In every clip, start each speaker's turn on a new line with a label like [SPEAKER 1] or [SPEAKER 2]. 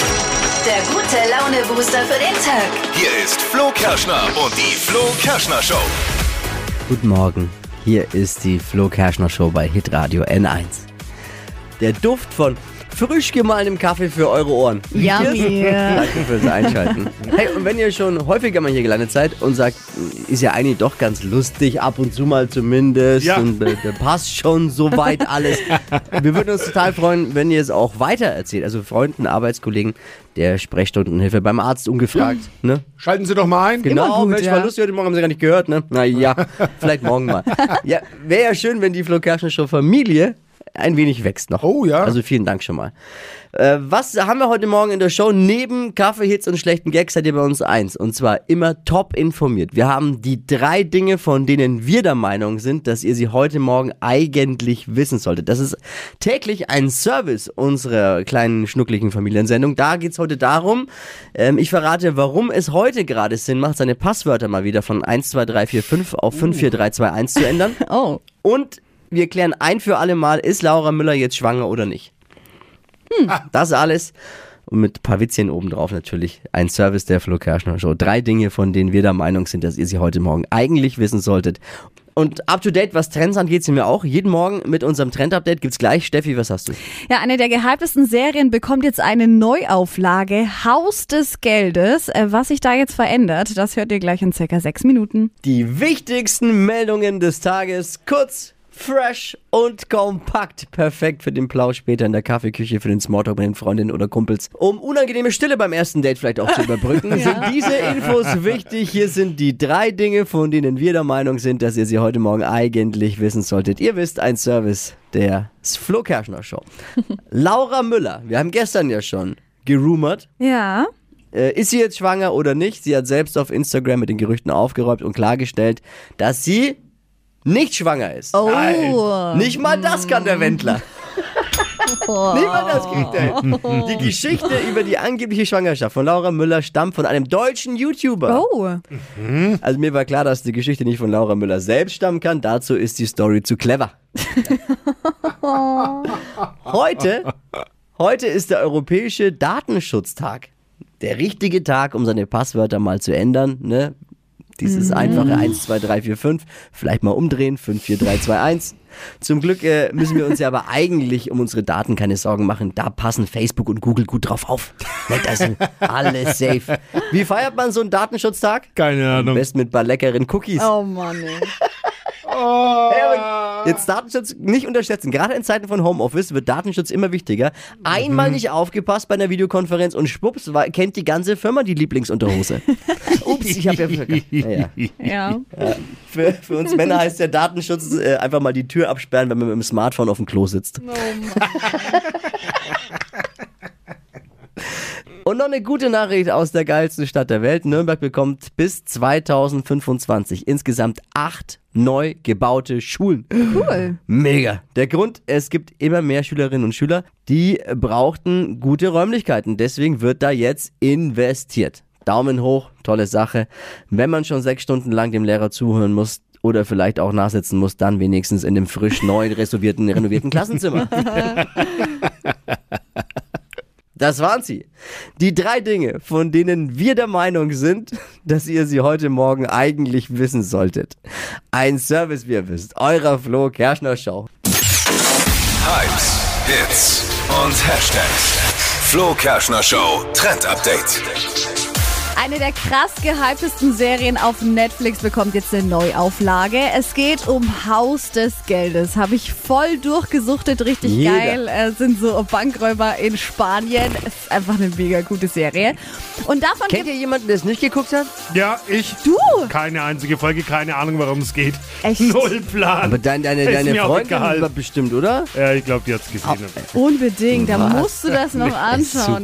[SPEAKER 1] Der gute Laune-Booster für den Tag.
[SPEAKER 2] Hier ist Flo Kerschner und die Flo Kerschner Show.
[SPEAKER 3] Guten Morgen, hier ist die Flo Kerschner Show bei Hitradio N1. Der Duft von frisch gemahlenem Kaffee für eure Ohren.
[SPEAKER 4] Yummy.
[SPEAKER 3] Danke fürs Einschalten. Hey, und wenn ihr schon häufiger mal hier gelandet seid und sagt, ist ja eigentlich doch ganz lustig, ab und zu mal zumindest,
[SPEAKER 5] Ja.
[SPEAKER 3] und äh, da passt schon soweit alles. Wir würden uns total freuen, wenn ihr es auch weitererzählt. Also Freunden, Arbeitskollegen, der Sprechstundenhilfe beim Arzt ungefragt, ne?
[SPEAKER 5] Schalten Sie doch mal ein.
[SPEAKER 3] Genau,
[SPEAKER 4] gut,
[SPEAKER 3] Mensch,
[SPEAKER 4] ja.
[SPEAKER 3] war lustig, heute Morgen haben sie gar nicht gehört, ne? Naja, vielleicht morgen mal. Ja, wäre ja schön, wenn die Flo Kerschner Show Familie ein wenig wächst noch.
[SPEAKER 5] Oh ja.
[SPEAKER 3] Also vielen Dank schon mal. Äh, was haben wir heute Morgen in der Show? Neben Kaffeehits und schlechten Gags seid ihr bei uns eins. Und zwar immer top informiert. Wir haben die drei Dinge, von denen wir der Meinung sind, dass ihr sie heute Morgen eigentlich wissen solltet. Das ist täglich ein Service unserer kleinen schnuckligen Familiensendung. Da geht's heute darum, ähm, ich verrate, warum es heute gerade Sinn macht, seine Passwörter mal wieder von 12345 auf 54321 zu ändern.
[SPEAKER 4] Oh.
[SPEAKER 3] Und wir klären ein für alle Mal, ist Laura Müller jetzt schwanger oder nicht? Das alles. Und mit ein paar Witzchen obendrauf natürlich. Ein Service der Flo Kerschner Show. Drei Dinge, von denen wir der Meinung sind, dass ihr sie heute Morgen eigentlich wissen solltet. Und up to date, was Trends angeht, sind wir auch. Jeden Morgen mit unserem Trend-Update gibt's gleich. Steffi, was hast du?
[SPEAKER 4] Ja, eine der gehyptesten Serien bekommt jetzt eine Neuauflage. Haus des Geldes. Äh, Was sich da jetzt verändert, das hört ihr gleich in circa sechs Minuten.
[SPEAKER 3] Die wichtigsten Meldungen des Tages. Kurz, fresh und kompakt. Perfekt für den Plausch später in der Kaffeeküche, für den Smalltalk mit den Freundinnen oder Kumpels. Um unangenehme Stille beim ersten Date vielleicht auch zu überbrücken, sind diese Infos wichtig. Hier sind die drei Dinge, von denen wir der Meinung sind, dass ihr sie heute Morgen eigentlich wissen solltet. Ihr wisst, ein Service der Flo Kerschner Show. Laura Müller, wir haben gestern ja schon gerumort,
[SPEAKER 4] Ja.
[SPEAKER 3] äh, ist sie jetzt schwanger oder nicht? Sie hat selbst auf Instagram mit den Gerüchten aufgeräumt und klargestellt, dass sie nicht schwanger ist.
[SPEAKER 4] Oh.
[SPEAKER 3] Nicht mal das kann der Wendler. Nicht mal das kriegt er. hin. Die Geschichte über die angebliche Schwangerschaft von Laura Müller stammt von einem deutschen YouTuber.
[SPEAKER 4] Oh.
[SPEAKER 3] Also mir war klar, dass die Geschichte nicht von Laura Müller selbst stammen kann. Dazu ist die Story zu clever. heute, heute ist der Europäische Datenschutztag. Der richtige Tag, um seine Passwörter mal zu ändern. Ne? Dieses einfache 1, 2, 3, 4, 5. Vielleicht mal umdrehen. 5, 4, 3, 2, 1. Zum Glück äh, müssen wir uns ja aber eigentlich um unsere Daten keine Sorgen machen. Da passen Facebook und Google gut drauf auf. Ne? Da sind alles safe. Wie feiert man so einen Datenschutztag?
[SPEAKER 5] Keine
[SPEAKER 3] Am
[SPEAKER 5] Ahnung.
[SPEAKER 3] besten mit ein paar leckeren Cookies.
[SPEAKER 4] Oh Mann. ey.
[SPEAKER 5] Oh.
[SPEAKER 3] Jetzt Datenschutz nicht unterschätzen. Gerade in Zeiten von Homeoffice wird Datenschutz immer wichtiger. Einmal nicht aufgepasst bei einer Videokonferenz und schwupps, war, kennt die ganze Firma die Lieblingsunterhose. Ups, ich habe ja vergessen. Naja.
[SPEAKER 4] Ja.
[SPEAKER 3] Für, für uns Männer heißt der Datenschutz äh, einfach mal die Tür absperren, wenn man mit dem Smartphone auf dem Klo sitzt. Und noch eine gute Nachricht aus der geilsten Stadt der Welt. Nürnberg bekommt bis 2025 insgesamt acht neu gebaute Schulen.
[SPEAKER 4] Cool.
[SPEAKER 3] Mega. Der Grund, es gibt immer mehr Schülerinnen und Schüler, die brauchten gute Räumlichkeiten. Deswegen wird da jetzt investiert. Daumen hoch, tolle Sache. Wenn man schon sechs Stunden lang dem Lehrer zuhören muss oder vielleicht auch nachsitzen muss, dann wenigstens in dem frisch neu renovierten, renovierten Klassenzimmer. Das waren sie. Die drei Dinge, von denen wir der Meinung sind, dass ihr sie heute Morgen eigentlich wissen solltet. Ein Service, wie ihr wisst. Eurer Flo Kerschner Show.
[SPEAKER 2] Hypes, Hits und Hashtags. Flo Kerschner Show Trend Update.
[SPEAKER 4] Eine der krass gehyptesten Serien auf Netflix bekommt jetzt eine Neuauflage. Es geht um Haus des Geldes. Habe ich voll durchgesuchtet, richtig
[SPEAKER 3] Jeder.
[SPEAKER 4] geil. Äh, sind so Bankräuber in Spanien. Es ist einfach eine mega gute Serie. Und davon
[SPEAKER 3] Kennt
[SPEAKER 4] gibt
[SPEAKER 3] ihr jemanden, der es nicht geguckt hat?
[SPEAKER 5] Ja, ich.
[SPEAKER 4] du.
[SPEAKER 5] Keine einzige Folge, keine Ahnung, warum es geht.
[SPEAKER 4] Echt?
[SPEAKER 5] Null Plan.
[SPEAKER 3] Aber dein, deine,
[SPEAKER 5] Ist
[SPEAKER 3] deine
[SPEAKER 5] mir auch
[SPEAKER 3] Freundin
[SPEAKER 5] egal.
[SPEAKER 3] war bestimmt, oder?
[SPEAKER 5] ja, ich glaube, die hat's gesehen.
[SPEAKER 3] Ah.
[SPEAKER 4] Unbedingt, da
[SPEAKER 3] Was?
[SPEAKER 4] musst du das noch anschauen.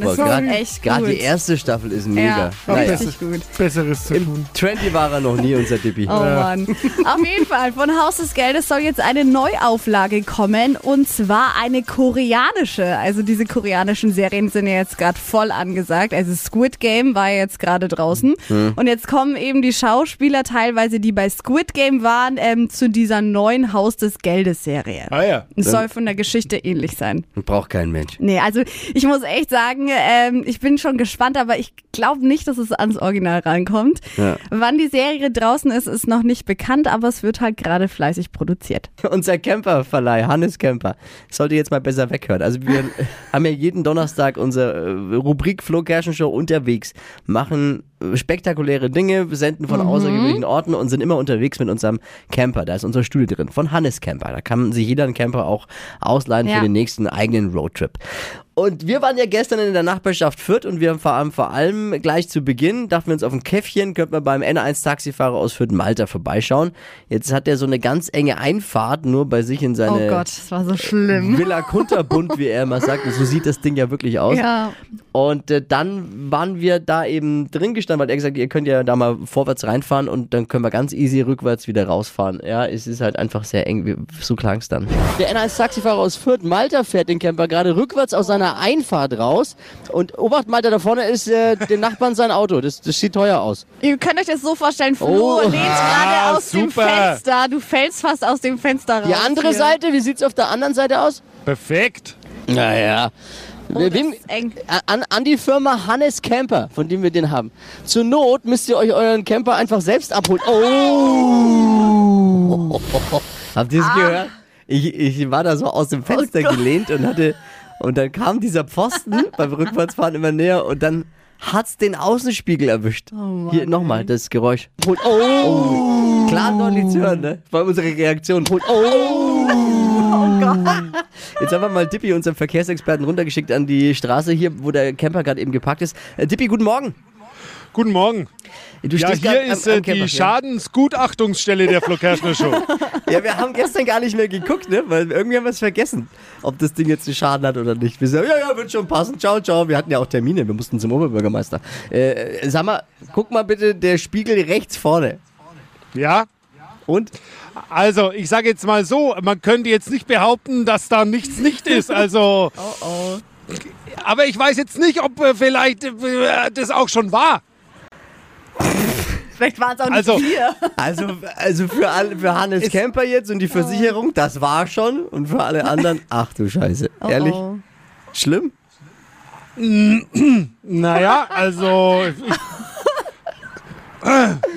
[SPEAKER 3] Super
[SPEAKER 4] Das ist
[SPEAKER 3] geil.
[SPEAKER 4] echt
[SPEAKER 3] Gerade
[SPEAKER 4] gut.
[SPEAKER 3] die erste Staffel ist mega.
[SPEAKER 4] Ja.
[SPEAKER 3] Naja.
[SPEAKER 4] Richtig gut.
[SPEAKER 5] Besseres zu
[SPEAKER 3] Im
[SPEAKER 5] tun.
[SPEAKER 3] Trendy war er noch nie, unser Dippi.
[SPEAKER 4] Oh Mann. Auf jeden Fall, von Haus des Geldes soll jetzt eine Neuauflage kommen und zwar eine koreanische. Also diese koreanischen Serien sind ja jetzt gerade voll angesagt. Also Squid Game war ja jetzt gerade draußen
[SPEAKER 3] Hm.
[SPEAKER 4] und jetzt kommen eben die Schauspieler teilweise, die bei Squid Game waren, ähm, zu dieser neuen Haus des Geldes Serie.
[SPEAKER 3] Äh,
[SPEAKER 5] Ah ja.
[SPEAKER 4] Es soll von der Geschichte ähnlich sein.
[SPEAKER 3] Braucht kein Mensch.
[SPEAKER 4] Nee, also ich muss echt sagen, ähm, ich bin schon gespannt, aber ich glaube nicht, dass es ans Original rankommt.
[SPEAKER 3] Ja.
[SPEAKER 4] Wann die Serie draußen ist, ist noch nicht bekannt, aber es wird halt gerade fleißig produziert.
[SPEAKER 3] Unser Camperverleih, Hannes Camper, sollte jetzt mal besser weghören. Also wir haben ja jeden Donnerstag unsere äh, Rubrik Flo Kerschen Show unterwegs, machen äh, spektakuläre Dinge, senden
[SPEAKER 4] Mhm.
[SPEAKER 3] von außergewöhnlichen Orten und sind immer unterwegs mit unserem Camper. Da ist unser Studio drin, von Hannes Camper. Da kann sich jeder einen Camper auch ausleihen
[SPEAKER 4] Ja.
[SPEAKER 3] für den nächsten eigenen Roadtrip. Und wir waren ja gestern in der Nachbarschaft Fürth und wir haben vor allem, vor allem gleich zu Beginn, dachten wir uns auf ein Käffchen, könnten wir beim N1-Taxifahrer aus Fürth Malta vorbeischauen. Jetzt hat er so eine ganz enge Einfahrt nur bei sich in seine
[SPEAKER 4] oh Gott, das war so schlimm.
[SPEAKER 3] Villa Kunterbund, wie er immer sagt. So sieht das Ding ja wirklich aus.
[SPEAKER 4] Ja,
[SPEAKER 3] Und äh, dann waren wir da eben drin gestanden, weil er gesagt hat, ihr könnt ja da mal vorwärts reinfahren und dann können wir ganz easy rückwärts wieder rausfahren. Ja, es ist halt einfach sehr eng, wie- so klang es dann. Der N1-Taxifahrer aus Fürth, Malta, fährt den Camper gerade rückwärts aus seiner Einfahrt raus. Und Obacht, Malta, da vorne ist äh, dem Nachbarn sein Auto. Das, das sieht teuer aus.
[SPEAKER 4] ihr könnt euch das so vorstellen, Flo
[SPEAKER 3] Oh.
[SPEAKER 4] lehnt gerade aus dem
[SPEAKER 5] super.
[SPEAKER 4] Fenster. Du fällst fast aus dem Fenster raus.
[SPEAKER 3] Die andere
[SPEAKER 4] hier.
[SPEAKER 3] Seite, wie sieht's auf der anderen Seite aus?
[SPEAKER 5] Perfekt.
[SPEAKER 3] Naja.
[SPEAKER 4] Oh, das ist eng.
[SPEAKER 3] An, an die Firma Hannes Camper, von dem wir den haben. Zur Not müsst ihr euch euren Camper einfach selbst abholen.
[SPEAKER 4] Ah.
[SPEAKER 3] Oh! Habt
[SPEAKER 4] Ah.
[SPEAKER 3] ihr es gehört? Ich, ich war da so aus dem
[SPEAKER 4] Oh
[SPEAKER 3] Fenster gelehnt und hatte. Und dann kam dieser Pfosten beim Rückwärtsfahren immer näher und dann hat's den Außenspiegel
[SPEAKER 4] Oh
[SPEAKER 3] erwischt. Hier nochmal das Geräusch. Oh! Klar deutlich zu hören, ne? Weil unsere Reaktion. Oh! Jetzt haben wir mal Dippi, unseren Verkehrsexperten, runtergeschickt an die Straße hier, wo der Camper gerade eben geparkt ist. Äh, Dippi, guten Morgen.
[SPEAKER 5] Guten Morgen.
[SPEAKER 3] Du
[SPEAKER 5] Ja,
[SPEAKER 3] stehst
[SPEAKER 5] hier
[SPEAKER 3] grad am-
[SPEAKER 5] ist
[SPEAKER 3] am
[SPEAKER 5] äh, die
[SPEAKER 3] Camper,
[SPEAKER 5] Schadensgutachtungsstelle der Flo Kerschner Show.
[SPEAKER 3] Ja. ja, wir haben gestern gar nicht mehr geguckt, ne? weil irgendwie haben wir es vergessen, ob das Ding jetzt einen Schaden hat oder nicht. Wir sagen, ja, ja, wird schon passen, ciao, ciao. Wir hatten ja auch Termine, wir mussten zum Oberbürgermeister. Äh, sag mal, guck mal bitte, der Spiegel rechts vorne.
[SPEAKER 5] ja?
[SPEAKER 3] Und?
[SPEAKER 5] Also, ich sage jetzt mal so, man könnte jetzt nicht behaupten, dass da nichts nicht ist. Also,
[SPEAKER 4] Oh,
[SPEAKER 5] aber ich weiß jetzt nicht, ob äh, vielleicht äh, das auch schon war.
[SPEAKER 4] Vielleicht war es auch nicht
[SPEAKER 5] Also-
[SPEAKER 4] hier.
[SPEAKER 3] Also, also für, alle, für Hannes Camper jetzt und die Versicherung, das war schon. Und für alle anderen, ach du Scheiße. Ehrlich?
[SPEAKER 4] Oh, oh.
[SPEAKER 3] Schlimm?
[SPEAKER 5] Naja, also.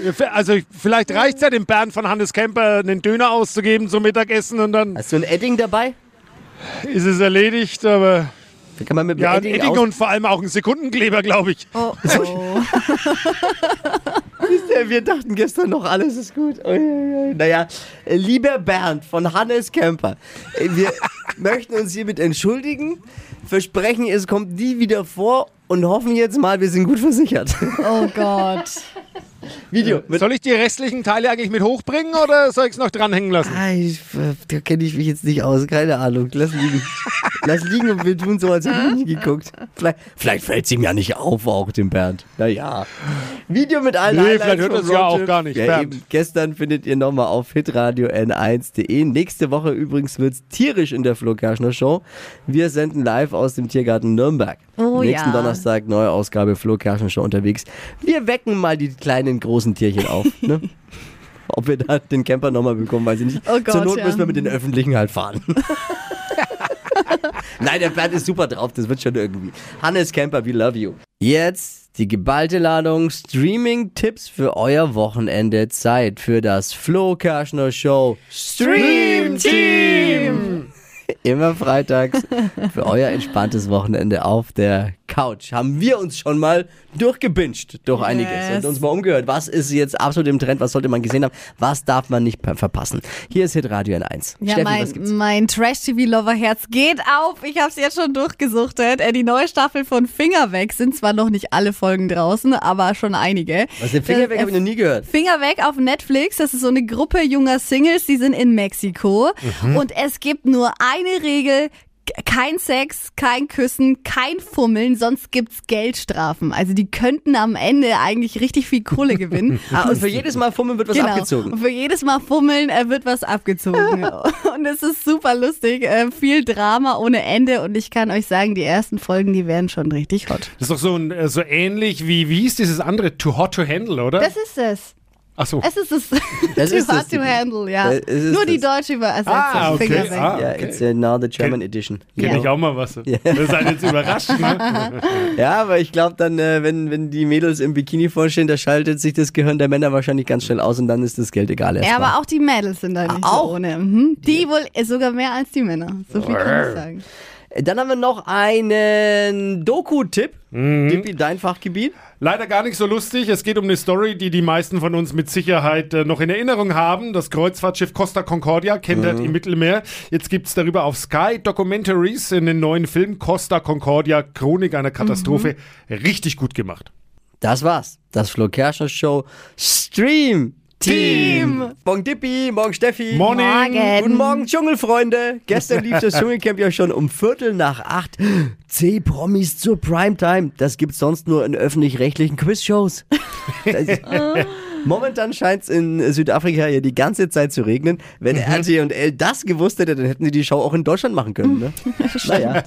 [SPEAKER 5] Ich, äh, also, ich- vielleicht reicht es ja dem Bernd von Hannes Kemper, einen Döner auszugeben zum Mittagessen und dann
[SPEAKER 3] Hast du ein Edding dabei?
[SPEAKER 5] ist es erledigt. Aber
[SPEAKER 3] Da kann man mit dem
[SPEAKER 5] ja, ein
[SPEAKER 3] Edding,
[SPEAKER 5] Edding
[SPEAKER 3] aus-
[SPEAKER 5] und vor allem auch ein Sekundenkleber, glaube ich.
[SPEAKER 4] Oh, oh.
[SPEAKER 3] Ja, Wir dachten gestern noch, alles ist gut. Ui, ui, ui. Naja, äh, lieber Bernd von Hannes Kemper, äh, wir möchten uns hiermit entschuldigen, versprechen, es kommt nie wieder vor und hoffen jetzt mal, wir sind gut versichert.
[SPEAKER 4] oh Gott.
[SPEAKER 3] Video. Mit
[SPEAKER 5] Soll ich die restlichen Teile eigentlich mit hochbringen oder soll ich es noch dranhängen lassen?
[SPEAKER 3] ah, ich, äh, da kenne ich mich jetzt nicht aus, keine Ahnung. Lass liegen. Lass liegen und wir tun so, als hätten wir nicht geguckt. Vielleicht, vielleicht fällt es ihm ja nicht auf, auch dem Bernd. Naja. Video mit allen
[SPEAKER 5] Nee,
[SPEAKER 3] Highlights
[SPEAKER 5] vielleicht hört
[SPEAKER 3] vom
[SPEAKER 5] das ja
[SPEAKER 3] Roadtrip.
[SPEAKER 5] auch gar nicht,
[SPEAKER 3] Ja,
[SPEAKER 5] Bernd.
[SPEAKER 3] eben. Gestern findet ihr nochmal auf hitradio n1.de. Nächste Woche übrigens wird's tierisch in der Flo Kerschner Show. Wir senden live aus dem Tiergarten Nürnberg.
[SPEAKER 4] Oh
[SPEAKER 3] Nächsten
[SPEAKER 4] ja.
[SPEAKER 3] Donnerstag neue Ausgabe Flo Kerschner Show unterwegs. Wir wecken mal die kleinen großen Tierchen auf. ne? Ob wir da den Camper nochmal bekommen, weiß ich nicht.
[SPEAKER 4] Oh Gott,
[SPEAKER 3] Zur Not
[SPEAKER 4] ja.
[SPEAKER 3] müssen wir mit den Öffentlichen halt fahren. Nein, der Bernd ist super drauf, das wird schon irgendwie. Hannes Camper, we love you. Jetzt die geballte Ladung Streaming-Tipps für euer Wochenende. Zeit für das Flo Kerschner Show Stream Team. Immer freitags für euer entspanntes Wochenende auf der Couch. Haben wir uns schon mal durchgebinscht durch einiges und uns mal umgehört. Was ist jetzt absolut im Trend? Was sollte man gesehen haben? Was darf man nicht per- verpassen? Hier ist Hitradio N1.
[SPEAKER 4] Ja,
[SPEAKER 3] Steffi, was gibt's?
[SPEAKER 4] mein, mein Trash-TV-Lover-Herz geht auf. Ich habe es jetzt schon durchgesuchtet. Äh, Die neue Staffel von Finger weg sind zwar noch nicht alle Folgen draußen, aber schon einige.
[SPEAKER 3] Was den Finger
[SPEAKER 4] Das-
[SPEAKER 3] weg habe ich noch nie gehört.
[SPEAKER 4] Finger weg auf Netflix. Das ist so
[SPEAKER 3] Mhm.
[SPEAKER 4] eine Gruppe junger Singles, die sind in Mexiko. Und es gibt nur eine Regel. kein Sex, kein Küssen, kein Fummeln, sonst gibt's Geldstrafen. Also die könnten am Ende eigentlich richtig viel Kohle gewinnen.
[SPEAKER 3] Ah, und für jedes Mal fummeln wird was
[SPEAKER 4] Genau.
[SPEAKER 3] abgezogen.
[SPEAKER 4] Und für jedes Mal fummeln äh, wird was abgezogen. und es ist super lustig. Äh, viel Drama ohne Ende. Und ich kann euch sagen, die ersten Folgen, die werden schon richtig hot.
[SPEAKER 5] Das ist doch so, ein, äh, so ähnlich wie, wie hieß dieses andere? Too hot to handle, oder?
[SPEAKER 4] Das ist es.
[SPEAKER 5] Ach so.
[SPEAKER 4] Es ist es.
[SPEAKER 3] Das
[SPEAKER 4] too
[SPEAKER 3] ist
[SPEAKER 4] hard
[SPEAKER 3] es,
[SPEAKER 4] to
[SPEAKER 3] die-
[SPEAKER 4] handle, ja.
[SPEAKER 3] Äh, es ist
[SPEAKER 4] Nur die
[SPEAKER 3] das.
[SPEAKER 4] deutsche Übersetzung.
[SPEAKER 5] Ah, okay.
[SPEAKER 4] Finger weg.
[SPEAKER 5] Ah,
[SPEAKER 3] Ja,
[SPEAKER 5] okay.
[SPEAKER 3] it's uh, now the German Edition. Genau.
[SPEAKER 5] Kenne
[SPEAKER 4] Ja.
[SPEAKER 5] ich auch mal was. Das seid jetzt überrascht, ne?
[SPEAKER 3] Ja, aber ich glaube dann, äh, wenn, wenn die Mädels im Bikini vorstehen, da schaltet sich das Gehirn der Männer wahrscheinlich ganz schnell aus und dann ist das Geld egal.
[SPEAKER 4] Ja,
[SPEAKER 3] erstmal.
[SPEAKER 4] aber auch die Mädels sind da nicht
[SPEAKER 3] Ah, auch?
[SPEAKER 4] so ohne. Mhm. Die wohl äh, sogar mehr als die Männer. So viel kann ich sagen.
[SPEAKER 3] Dann haben wir noch einen Doku-Tipp. Dippi, dein Fachgebiet.
[SPEAKER 5] Leider gar nicht so lustig. Es geht um eine Story, die die meisten von uns mit Sicherheit äh, noch in Erinnerung haben. Das Kreuzfahrtschiff Costa Concordia kentert im Mittelmeer. Jetzt gibt's darüber auf Sky Documentaries in den neuen Film Costa Concordia, Chronik einer Katastrophe.
[SPEAKER 4] Mhm.
[SPEAKER 5] Richtig gut gemacht.
[SPEAKER 3] Das war's. Das Flo Kerschner Show Stream Team. Morgen Dippi, morgen Steffi.
[SPEAKER 5] Morning.
[SPEAKER 4] Morgen.
[SPEAKER 3] Guten Morgen, Dschungelfreunde. Gestern lief das Dschungelcamp ja schon um Viertel nach acht. C-Promis zur Primetime. Das gibt's sonst nur in öffentlich-rechtlichen Quizshows. Das ist- Momentan scheint's in Südafrika ja die ganze Zeit zu regnen. Wenn RTL das gewusst hätte, dann hätten sie die Show auch in Deutschland machen können. Ne? naja.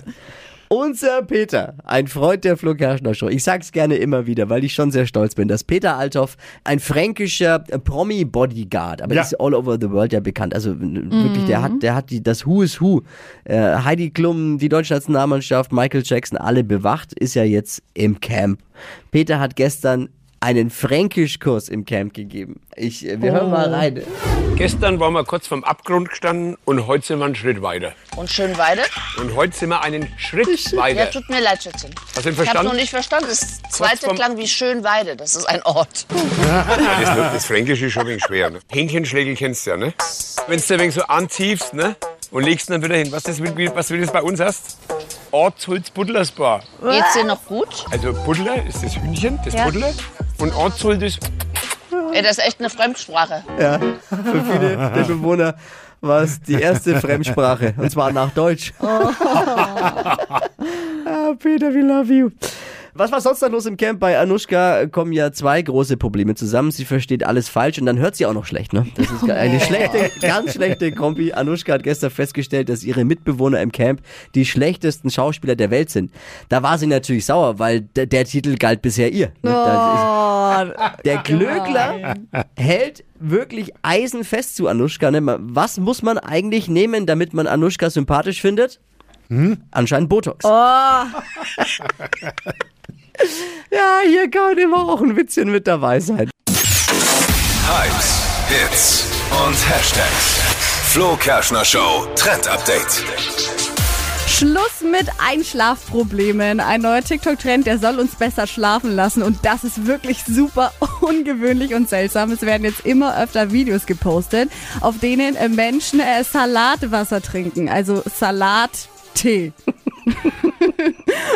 [SPEAKER 3] Unser Peter, ein Freund der Flo Kerschner Show. Ich sag's gerne immer wieder, weil ich schon sehr stolz bin, dass Peter Althoff ein fränkischer äh, Promi-Bodyguard, aber
[SPEAKER 5] Ja.
[SPEAKER 3] das ist all over the world ja bekannt. Also n- wirklich, der hat, der hat die, das Who is Who. Äh, Heidi Klum, die deutsche Nationalmannschaft, Michael Jackson, alle bewacht, ist ja jetzt im Camp. Peter hat gestern einen Fränkischkurs im Camp gegeben. Ich, äh, wir hören mal rein.
[SPEAKER 6] Gestern waren wir kurz vom Abgrund gestanden und heute sind wir einen Schritt weiter.
[SPEAKER 7] Und schön weiter.
[SPEAKER 6] Und heute sind wir einen Schritt
[SPEAKER 7] Ja,
[SPEAKER 6] weiter.
[SPEAKER 7] tut mir leid, Schätzchen.
[SPEAKER 6] Hast du ihn
[SPEAKER 7] Ich hab's
[SPEAKER 6] verstanden?
[SPEAKER 7] noch nicht verstanden. Das zweite
[SPEAKER 6] vorm-
[SPEAKER 7] klang wie Schönweide. Das ist ein Ort.
[SPEAKER 6] Das, das Fränkische ist schon ein wenig schwer. Ne? Hähnchenschlägel kennst du ja, ne? Wenn du ein wenig so antiefst ne? und legst ihn dann wieder hin. Was, das, will- was will das bei uns hast? Ortsholz Buddlersbar.
[SPEAKER 7] Geht's dir noch gut?
[SPEAKER 6] Also Buddler ist das Hühnchen, das
[SPEAKER 7] Ja.
[SPEAKER 6] Buddler. Und Ortsholz ist
[SPEAKER 7] Ey, das ist echt eine Fremdsprache.
[SPEAKER 3] Für viele der Bewohner war es die erste Fremdsprache. Und zwar nach Deutsch. ah, Peter, we love you. Was war sonst noch los im Camp? Bei Anushka kommen ja zwei große Probleme zusammen. Sie versteht alles falsch und dann hört sie auch noch schlecht, ne? Das ist eine schlechte, ganz schlechte Kombi. Anushka hat gestern festgestellt, dass ihre Mitbewohner im Camp die schlechtesten Schauspieler der Welt sind. Da war sie natürlich sauer, weil der, der Titel galt bisher ihr. ne? Da ist- der Klögler hält wirklich eisenfest zu Anuschka. Ne? Was muss man eigentlich nehmen, damit man Anuschka sympathisch findet? Anscheinend Botox. ja, hier kann immer auch ein Witzchen mit dabei sein.
[SPEAKER 2] Hypes, Hits und Hashtags. Flo Kerschner Show Trend Update.
[SPEAKER 4] Schluss mit Einschlafproblemen. Ein neuer TikTok-Trend, der soll uns besser schlafen lassen. Und das ist wirklich super ungewöhnlich und seltsam. Es werden jetzt immer öfter Videos gepostet, auf denen äh, Menschen äh, Salatwasser trinken. Also Salattee.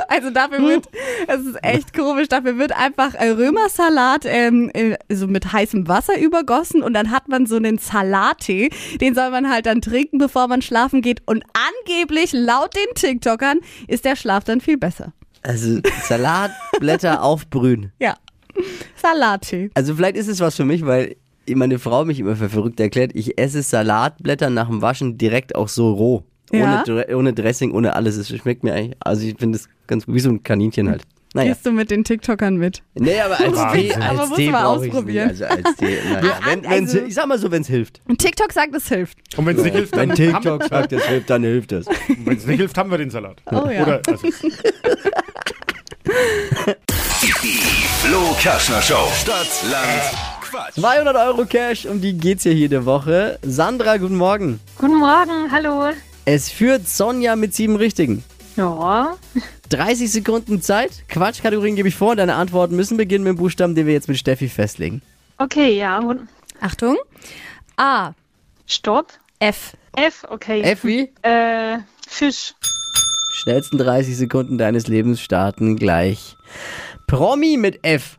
[SPEAKER 4] Also dafür wird, es ist echt komisch, dafür wird einfach äh, Römersalat ähm, äh, so mit heißem Wasser übergossen und dann hat man so einen Salattee, den soll man halt dann trinken, bevor man schlafen geht und angeblich laut den TikTokern ist der Schlaf dann viel besser.
[SPEAKER 3] Also Salatblätter aufbrühen.
[SPEAKER 4] Ja. Salattee.
[SPEAKER 3] Also vielleicht ist es was für mich, weil meine Frau mich immer für verrückt erklärt. Ich esse Salatblätter nach dem Waschen direkt auch so roh.
[SPEAKER 4] Ja.
[SPEAKER 3] Ohne, Dre- ohne Dressing, ohne alles. Es schmeckt mir eigentlich, also ich finde es ganz wie so ein Kaninchen halt. Naja.
[SPEAKER 4] Gehst du mit den TikTokern mit?
[SPEAKER 3] Nee, aber als
[SPEAKER 5] Wahnsinn.
[SPEAKER 3] Tee, als
[SPEAKER 4] Aber muss
[SPEAKER 3] Tee
[SPEAKER 4] man
[SPEAKER 3] brauche ich
[SPEAKER 4] ausprobieren.
[SPEAKER 3] nicht. Also als Tee, naja.
[SPEAKER 4] Ah,
[SPEAKER 3] wenn, wenn's,
[SPEAKER 4] also-
[SPEAKER 3] ich sag mal so, wenn es hilft.
[SPEAKER 4] Und TikTok sagt, es hilft.
[SPEAKER 5] Und wenn es nicht hilft,
[SPEAKER 3] Wenn
[SPEAKER 5] dann
[SPEAKER 3] TikTok sagt, es hilft, dann hilft es.
[SPEAKER 5] Wenn es nicht hilft, haben wir den Salat.
[SPEAKER 4] Oh ja.
[SPEAKER 5] Oder, also,
[SPEAKER 2] Die Flo Kerschner Show. Stadt, Land, Quatsch.
[SPEAKER 3] 200 Euro Cash, um die geht's hier jede Woche. Sandra, guten Morgen.
[SPEAKER 8] Guten Morgen, hallo.
[SPEAKER 3] Es führt Sonja mit sieben Richtigen.
[SPEAKER 8] Ja,
[SPEAKER 3] 30 Sekunden Zeit. Quatschkategorien gebe ich vor. Deine Antworten müssen beginnen mit dem Buchstaben, den wir jetzt mit Steffi festlegen.
[SPEAKER 8] okay, ja. wund-
[SPEAKER 4] Achtung. A.
[SPEAKER 8] Stopp.
[SPEAKER 4] F.
[SPEAKER 8] F, okay.
[SPEAKER 3] Effi,
[SPEAKER 8] Äh, Fisch.
[SPEAKER 3] schnellsten 30 Sekunden deines Lebens starten gleich. Promi mit F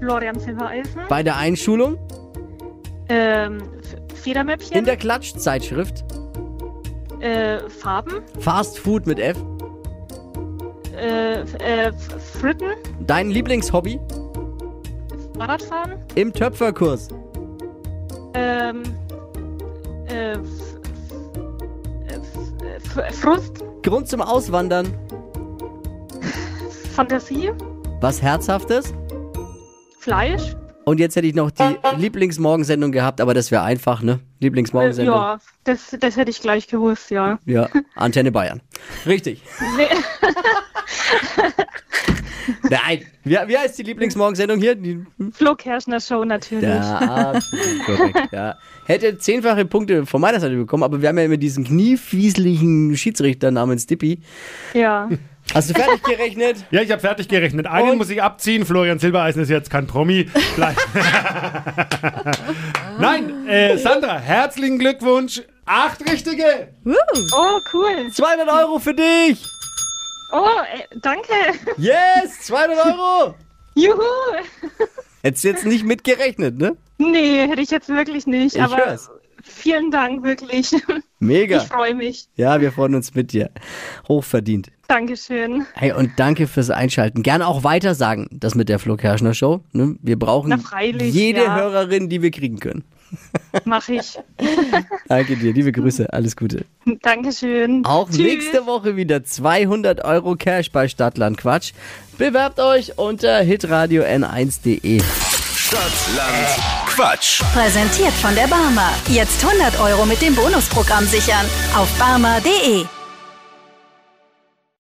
[SPEAKER 8] Florian Silbereisen.
[SPEAKER 3] bei der Einschulung,
[SPEAKER 8] Ähm, F-
[SPEAKER 3] in
[SPEAKER 8] Federmäppchen.
[SPEAKER 3] der Klatschzeitschrift,
[SPEAKER 8] Äh, Farben.
[SPEAKER 3] Fast Food mit F.
[SPEAKER 8] Äh, f- äh, f- Fritten.
[SPEAKER 3] Dein Lieblingshobby
[SPEAKER 8] Fahrradfahren.
[SPEAKER 3] im Töpferkurs.
[SPEAKER 8] Ähm, äh, f- f- äh, f- äh, Frust.
[SPEAKER 3] Grund zum Auswandern.
[SPEAKER 8] Fantasie.
[SPEAKER 3] Was Herzhaftes.
[SPEAKER 8] Fleisch.
[SPEAKER 3] Und jetzt hätte ich noch die Lieblingsmorgensendung gehabt, aber das wäre einfach, ne?
[SPEAKER 8] Äh,
[SPEAKER 3] Lieblingsmorgensendung.
[SPEAKER 8] ja, das, das hätte ich gleich gewusst, ja.
[SPEAKER 3] Ja, Antenne Bayern. Richtig.
[SPEAKER 8] Nee.
[SPEAKER 3] Nein. Wie, wie heißt die Lieblingsmorgensendung hier? Die,
[SPEAKER 8] Flo Kerschner Show natürlich.
[SPEAKER 3] ja, absolut korrekt. Ja. Hätte zehnfache Punkte von meiner Seite bekommen, aber wir haben ja immer diesen kniefieslichen Schiedsrichter namens Dippy.
[SPEAKER 8] Ja.
[SPEAKER 3] Hast du fertig gerechnet?
[SPEAKER 5] Ja, ich habe fertig gerechnet. Einen
[SPEAKER 3] Und-
[SPEAKER 5] muss ich abziehen. Florian Silbereisen ist jetzt kein Promi. Vielleicht- Nein, äh, Sandra, herzlichen Glückwunsch. Acht richtige.
[SPEAKER 8] Oh, cool.
[SPEAKER 3] 200 Euro für dich!
[SPEAKER 8] Oh, äh, danke.
[SPEAKER 3] Yes! 200 Euro!
[SPEAKER 8] Juhu.
[SPEAKER 3] Hättest du jetzt nicht mitgerechnet, ne?
[SPEAKER 8] Nee, hätte ich jetzt wirklich nicht.
[SPEAKER 3] Ich
[SPEAKER 8] aber
[SPEAKER 3] hör's.
[SPEAKER 8] vielen Dank, wirklich.
[SPEAKER 3] Mega.
[SPEAKER 8] Ich freue mich.
[SPEAKER 3] Ja, wir freuen uns mit dir. Hochverdient.
[SPEAKER 8] Dankeschön.
[SPEAKER 3] Hey, und danke fürs Einschalten. Gerne auch weitersagen, das mit der Flo Kerschner Show. Ne? Wir brauchen
[SPEAKER 8] Na, freilich,
[SPEAKER 3] jede
[SPEAKER 8] ja.
[SPEAKER 3] Hörerin, die wir kriegen können.
[SPEAKER 8] Mach ich.
[SPEAKER 3] Danke dir, liebe Grüße, alles Gute.
[SPEAKER 8] Dankeschön.
[SPEAKER 3] Auch
[SPEAKER 8] Tschüss.
[SPEAKER 3] nächste Woche wieder 200 Euro Cash bei Stadtland Quatsch. Bewerbt euch unter hitradio n1.de.
[SPEAKER 2] Stadtland Quatsch.
[SPEAKER 1] Präsentiert von der Barmer. Jetzt 100 Euro mit dem Bonusprogramm sichern. Auf barmer.de.